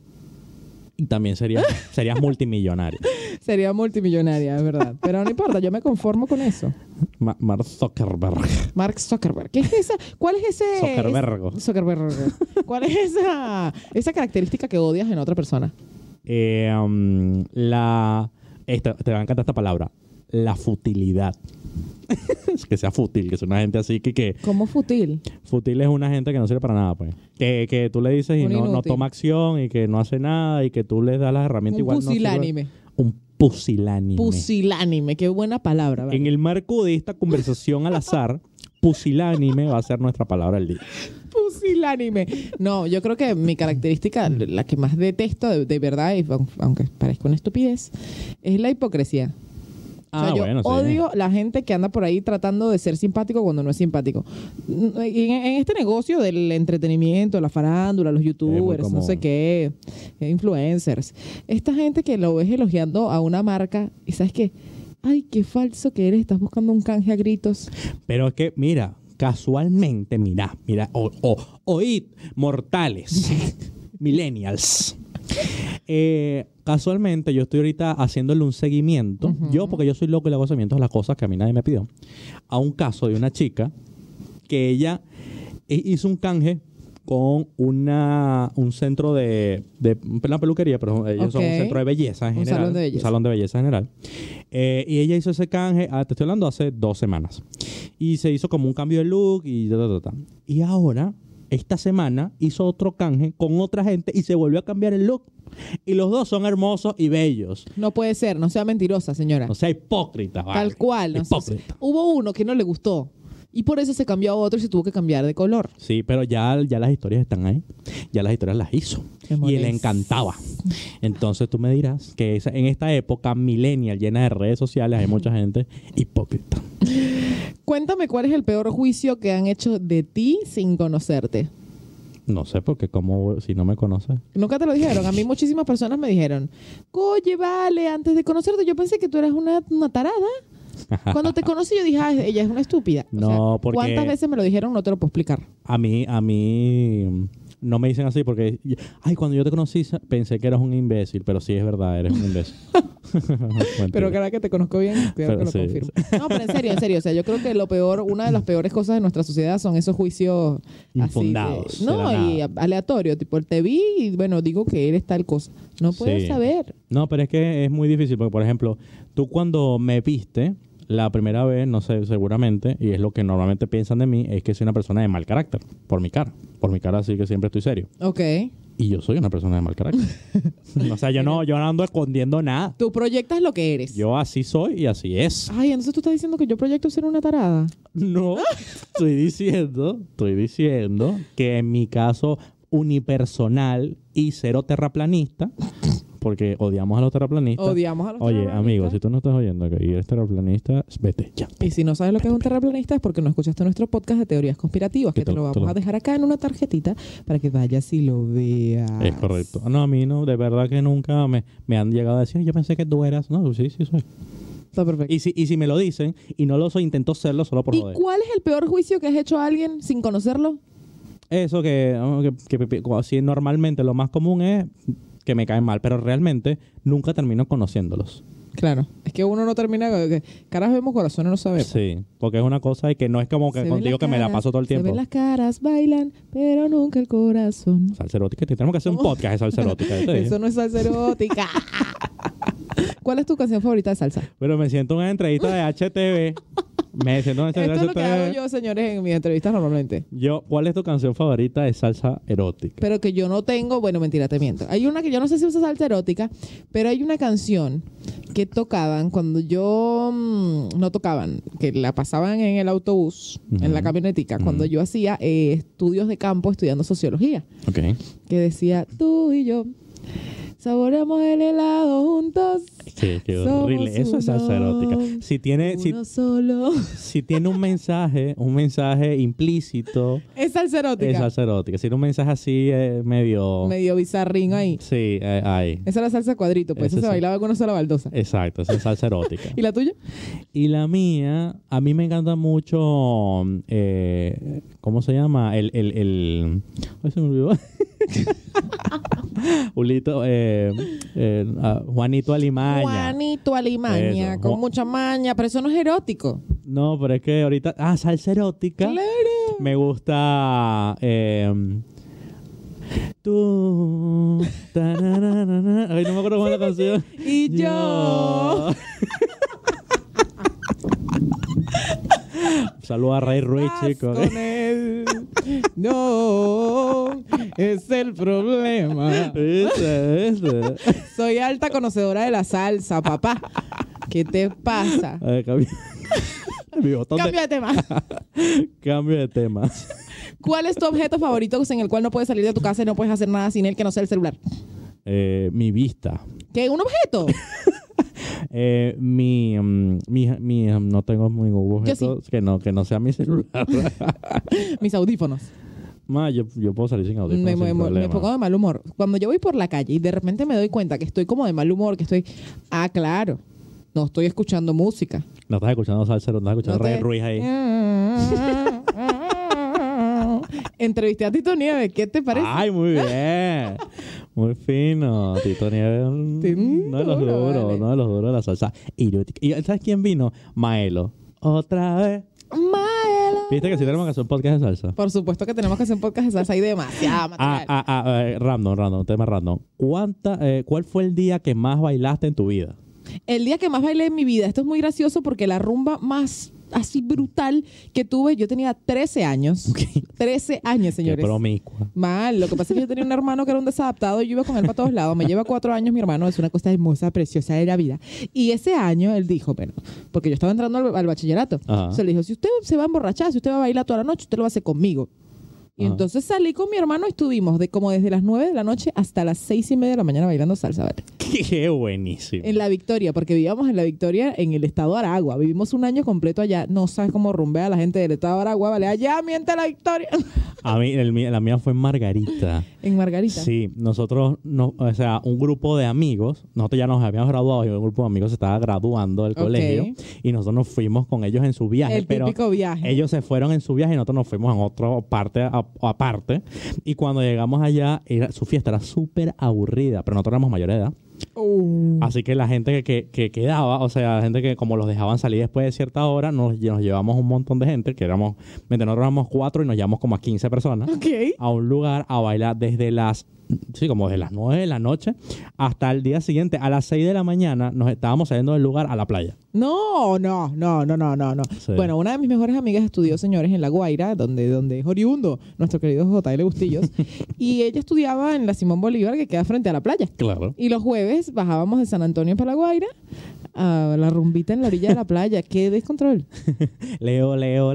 Y también *laughs* sería, serías multimillonario. Sería multimillonaria, es verdad. Pero no importa, yo me conformo con eso. Ma- Mark Zuckerberg. Mark Zuckerberg. ¿Qué es esa? ¿Cuál es ese? Zuckerbergo. es- Zuckerberg. ¿Cuál es esa, esa característica que odias en otra persona? Eh, um, la. esta- te va a encantar esta palabra. La futilidad. *laughs* Es que sea fútil, que sea una gente así que, que. Como futil. Fútil es una gente que no sirve para nada, pues. Que, que tú le dices y Un no, no inútil. toma acción y que no hace nada y que tú le das las herramientas Un igual. no sirve. pusilánime. un pusilánime. Pusilánime. Qué buena palabra. vale. En el marco de esta conversación al azar, pusilánime va a ser nuestra palabra del día. Pusilánime. No, yo creo que mi característica, la que más detesto de, de verdad, y aun- aunque parezca una estupidez, es la hipocresía. O sea, yo Ah, sí. odio la gente que anda por ahí tratando de ser simpático cuando no es simpático. N- En, en este negocio del entretenimiento, la farándula, los youtubers, no común. sé qué, eh, influencers, esta gente que lo ves elogiando a una marca y sabes que, ay, qué falso que eres, estás buscando un canje a gritos. Pero es que, mira, casualmente, mira, mira, o, o- oíd, mortales, millennials. Eh, casualmente, yo estoy ahorita haciéndole un seguimiento, yo porque yo soy loco y le hago seguimientos a las cosas que a mí nadie me pidió, a un caso de una chica que ella eh, hizo un canje con una, un centro de, de una peluquería, pero ellos son un Ok. centro de belleza en Un general. salón de belleza. salón de belleza general. Eh, y ella hizo ese canje, ah, te estoy hablando hace dos semanas. Y se hizo como un cambio de look y ta, ta, ta, ta. Y ahora, esta semana, hizo otro canje con otra gente y se volvió a cambiar el look. Y los dos son hermosos y bellos. No puede ser, no sea mentirosa, señora. O sea, hipócrita, ¿vale? Tal cual. no sé, Hipócrita. hubo uno que no le gustó y por eso se cambió a otro y se tuvo que cambiar de color. Sí, pero ya, ya las historias están ahí. Ya las historias las hizo. Qué Y molest- le encantaba. Entonces tú me dirás que esa- en esta época millennial llena de redes sociales hay mucha gente hipócrita. Cuéntame cuál es el peor juicio que han hecho de ti sin conocerte. No sé por qué, como si no me conoces. *laughs* Nunca te lo dijeron. A mí muchísimas personas me dijeron, oye, vale, antes de conocerte yo pensé que tú eras una, una tarada. Cuando te conocí yo dije, ah, ella es una estúpida. O sea, No, porque- ¿Cuántas veces me lo dijeron? No te lo puedo explicar. A mí, a mí mm, no me dicen así porque, ay, cuando yo te conocí sa- pensé que eras un imbécil, pero sí es verdad, eres un *laughs* imbécil. Mentira. Pero cada que te *laughs* conozco bien, creo Pero que lo sí, confirmo. No, pero en serio, en serio. O sea, yo creo que lo peor, una de las peores cosas de nuestra sociedad son esos juicios así de- Infundados, de la no, y nada. aleatorios. Tipo, te vi y bueno, digo que eres tal cosa. No puedes Sí. saber. No, pero es que es muy difícil porque, por ejemplo, tú cuando me viste la primera vez, no sé, seguramente, y es lo que normalmente piensan de mí, es que soy una persona de mal carácter, por mi cara. Por mi cara así que siempre estoy serio. Ok. Y yo soy una persona de mal *laughs* carácter. o sea, yo no, yo no ando escondiendo nada. Tú proyectas lo que eres. Yo así soy y así es. Ay, entonces tú estás diciendo que yo proyecto ser una tarada. No, estoy diciendo, estoy diciendo que en mi caso unipersonal y cero terraplanista, porque odiamos a los terraplanistas. Odiamos a los Oye, terraplanistas. amigo, si tú no estás oyendo que eres terraplanista, vete ya. Y si no sabes lo que es un terraplanista es porque no escuchaste nuestro podcast de teorías conspirativas, que Que te te lo lo- te vamos lo- a dejar acá en una tarjetita para que vayas y lo veas. Es correcto. No, a mí no, de verdad que nunca me, me han llegado a decir, yo pensé que tú eras. No, sí, sí soy. Está perfecto. Y si, y si me lo dicen y no lo soy, intento serlo solo por ¿Y joder. cuál es el peor juicio que has hecho a alguien sin conocerlo? Eso que, oh, que, que- que- así normalmente lo más común es que me caen mal, pero realmente nunca termino conociéndolos. Claro, es que uno no termina. que- Caras vemos, corazones no sabemos. Sí, porque es una cosa de que no es como Se que ven contigo las que me la caras, paso todo el Se tiempo. ven las caras, bailan, pero nunca el corazón. Salsa erótica, tenemos que hacer un podcast de salsa erótica. ya te dije. Oh. Eso no es salsa erótica. *laughs* ¿Cuál es tu canción favorita de salsa? Pero me siento en una entrevista de HTV. Me siento muchas Esto es gracias pues. a lo que ustedes. hago yo, señores, en mis entrevistas normalmente. Yo, ¿cuál es tu canción favorita de salsa erótica? Pero que yo no tengo, bueno, mentira, te miento. Hay una que yo no sé si usa salsa erótica, pero hay una canción que tocaban cuando yo mm, no tocaban, que la pasaban en el autobús, en la Ujú. camionetica, cuando Ujú. yo hacía eh, estudios de campo estudiando sociología. Ok. que decía tú y yo saboreamos el helado juntos. Sí, qué Somos horrible. Eso es salsa uno, erótica. Si tiene, si, Uno solo. *laughs* si tiene un mensaje, un mensaje implícito, Es salsa es erótica. salsa erótica. Si tiene un mensaje así eh, medio... Medio bizarrín ahí. Sí, eh, ahí. Esa era salsa cuadrito, pues Esa eso sí. se bailaba con una sola baldosa. Exacto, esa es salsa erótica. ¿Y la tuya? Y la mía, a mí me encanta mucho, eh, ¿cómo se llama? El, el, el... Ay, se me olvidó. *laughs* Julito, eh, eh, ah, Juanito Alimaña. Juanito Alimaña, Eso, con Juan- mucha maña, pero eso no es erótico. No, pero es que ahorita... Ah, salsa erótica. Claro. Me gusta... eh, tú... tarararara. Ay, no me acuerdo cómo es la canción. Y yo. Saludos a Ray Ruiz, Haz chicos. con él. No, es el problema. Ese, ese. Soy alta conocedora de la salsa, papá. ¿Qué te pasa? A ver, *laughs* cambio. Mi botón de- Cambio de tema. cambio de tema. ¿Cuál es tu objeto favorito sin el cual no puedes salir de tu casa y no puedes hacer nada sin él que no sea el celular? Eh, mi vista. ¿Qué? ¿Un objeto? Eh, mi, mm, mi, mi- no tengo ningún Yo sí. objeto que no que no sea mi celular. Mis audífonos. Ma, yo, yo puedo salir sin audífonos Me, sin me- me problema. pongo de mal humor. Cuando yo voy por la calle y de repente me doy cuenta que estoy como de mal humor, que estoy... Ah, claro. No estoy escuchando música. No estás escuchando salsa, no estás No Eh, escuchando Ray estoy- Ruiz ahí. Mm. Entrevisté a Tito Nieves. ¿Qué te parece? Ay, muy *laughs* bien. Muy fino. Tito Nieves. mm, Ti- Uno de los duro, duros, vale. uno de los duros de la salsa erótica. ¿Y sabes quién vino? Maelo. Otra vez. Maelo. ¿Viste que si tenemos que hacer un podcast de salsa? Por supuesto que tenemos que hacer un podcast de salsa y demasiado Ah, material. ah, ah, eh, random, random, tema random. ¿Cuánta, eh, ¿Cuál fue el día que más bailaste en tu vida? El día que más bailé en mi vida, esto es muy gracioso porque la rumba más así brutal que tuve, yo tenía 13 años. 13 años, Qué señores. promiscua. *laughs* Mal, lo que pasa es que yo tenía un hermano que era un desadaptado y yo iba con él para todos lados. Me lleva cuatro años mi hermano, es una cosa hermosa, preciosa de la vida. Y ese año él dijo, bueno, porque yo estaba entrando al, al bachillerato. Ajá. O sea, le dijo, si usted se va a emborrachar, si usted va a bailar toda la noche, usted lo va a hacer conmigo. Y Ajá. entonces salí con mi hermano y estuvimos de como desde las 9 de la noche hasta las seis y media de la mañana bailando salsa, ¿vale? Qué buenísimo. En la Victoria, porque vivíamos en la Victoria, en el estado de Aragua. Vivimos un año completo allá. No sabes cómo rumbea la gente del estado de Aragua, ¿vale? Allá miente la Victoria. *laughs* A mí, el mí- la mía fue en Margarita. en Margarita. Sí, nosotros, no, o sea, un grupo de amigos, nosotros ya nos habíamos graduado y un grupo de amigos se estaba graduando del Ok. colegio y nosotros nos fuimos con ellos en su viaje, el pero típico viaje. ellos se fueron en su viaje y nosotros nos fuimos en otra parte a- aparte y cuando llegamos allá era, su fiesta era súper aburrida, pero nosotros éramos mayores de edad. Uh. Así que la gente que, que- que quedaba, o sea, la gente que como los dejaban salir después de cierta hora, nos, nos llevamos un montón de gente, que éramos, mientras nosotros éramos cuatro y nos llevamos como a 15 personas, Ok. a un lugar a bailar desde las, sí, como desde las 9 de la noche hasta el día siguiente, a las 6 de la mañana, nos estábamos saliendo del lugar a la playa. No, no, no, no, no, no, no. Sí. Bueno, una de mis mejores amigas estudió, señores, en La Guaira, donde, donde es oriundo nuestro querido J.L. *laughs* Bustillos. y ella estudiaba en la Simón Bolívar, que queda frente a la playa. Claro. Y los jueves bajábamos de San Antonio para La Guaira a la rumbita en la orilla de *laughs* la playa. ¡Qué descontrol! *laughs* Leo, Leo, Leo.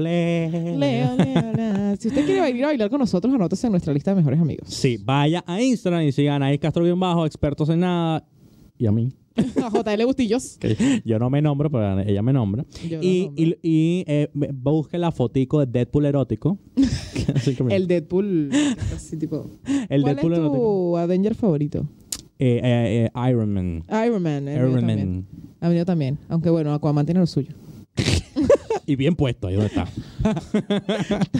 Leo, Leo, Leo. Si usted quiere venir a bailar con nosotros, anótese en nuestra lista de mejores amigos. *laughs* Sí, vaya a Instagram y sigan a Is Castro bien bajo, expertos en nada. Y a mí. A JL Bustillos. que *laughs* yo no me nombro, pero ella me nombra. Yo no y nombro. y- y, eh, b- busque la fotico de Deadpool *laughs* erótico. Así que mira, El Deadpool. Así tipo. el ¿Cuál Deadpool es erótico. tu Avenger favorito? Eh, eh, eh, Iron Man. Iron Man. el mío Iron también. Man. Ha venido también. Aunque bueno, Aquaman tiene *laughs* lo suyo. Y bien puesto, ahí donde *laughs* está.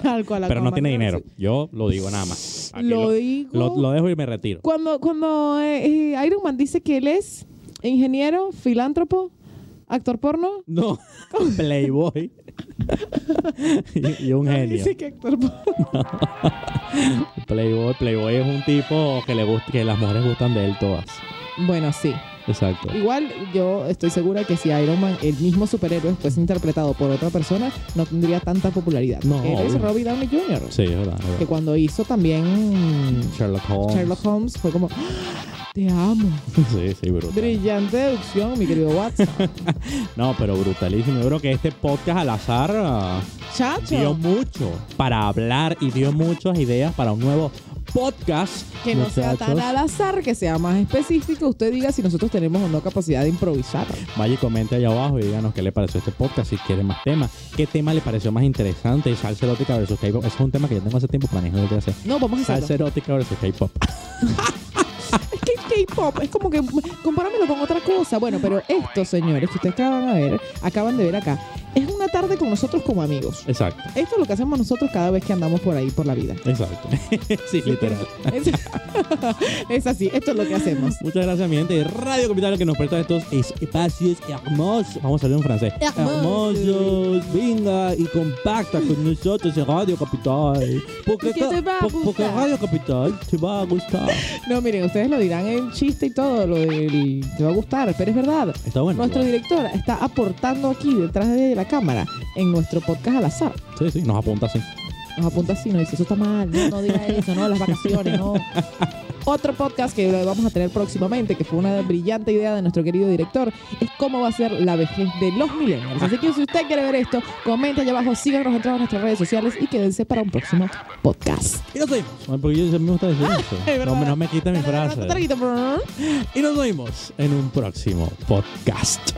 Tal cual. Pero no Aquaman tiene lo dinero. suyo. Yo lo digo nada más. Aquí Lo lo, digo. lo- lo dejo y me retiro. Cuando, cuando eh, eh, Iron Man dice que él es ingeniero, filántropo, actor porno. *laughs* No, Playboy. *laughs* y, y un no genio. Ah, Dice que actor porno. *laughs* Playboy, Playboy es un tipo que le gusta, que las mujeres gustan de él todas. Bueno, sí. Exacto. Igual yo estoy segura que si Iron Man, el mismo superhéroe, fuese interpretado por otra persona, no tendría tanta popularidad. No, Él es obvio. Robbie Downey Jr. Sí, es verdad. es Que verdad. cuando hizo también Sherlock Holmes. Sherlock Holmes fue como, "Ah, te amo. *laughs* Sí, sí, brutal. Brillante deducción, mi querido Watson. No, pero brutalísimo. Yo creo que este podcast al azar ah, dio Chacho, mucho para hablar y dio muchas ideas para un nuevo podcast. que no sea tan muchachos. al azar, que sea más específico. Usted diga si nosotros tenemos o no capacidad de improvisar. Vaya y comente allá abajo y díganos qué le pareció este podcast, si quieren más temas, qué tema le pareció más interesante, salsa erótica versus K-pop. Ese Es un tema que yo tengo hace tiempo planeado de hacer. No, vamos a Salsa hacerlo. erótica versus K-pop. *laughs* Es que K-pop es como que compáramelo con otra cosa. Bueno, pero esto, señores, que ustedes acaban a ver, acaban de ver acá, es una tarde con nosotros como amigos. Exacto, Esto es lo que hacemos nosotros cada vez que andamos por ahí por la vida. exacto. *laughs* sí, literal. Es, *laughs* es así, esto es lo que hacemos. Muchas gracias, mi gente de Radio Capital, que nos presta estos espacios hermosos. Vamos a hablar en francés. Hermosos. Hermosos. Venga y compacta con nosotros en Radio Capital. Porque, *laughs* ¿Y qué te va a por- porque gustar? Radio Capital te va a gustar. No, miren, ustedes lo dirán en chiste y todo, lo del te va a gustar, pero es verdad. Está bueno. Nuestro igual. director está aportando aquí detrás de la cámara en nuestro podcast al azar. Sí, sí, nos apunta así. Nos apunta así, nos dice, eso está mal, no, no diga eso, no, las vacaciones, no. Otro podcast que lo vamos a tener próximamente, que fue una brillante idea de nuestro querido director, es cómo va a ser la vejez de los millennials. Así que si usted quiere ver esto, comente allá abajo, síganos en todas nuestras redes sociales y quédense para un próximo podcast. Y nos oímos. Ah, Ay, Porque yo me gusta decir eso. verdad. No, me- no me quita mi Dale, dale, frase. otro traguito, brr. Y nos oímos en un próximo podcast.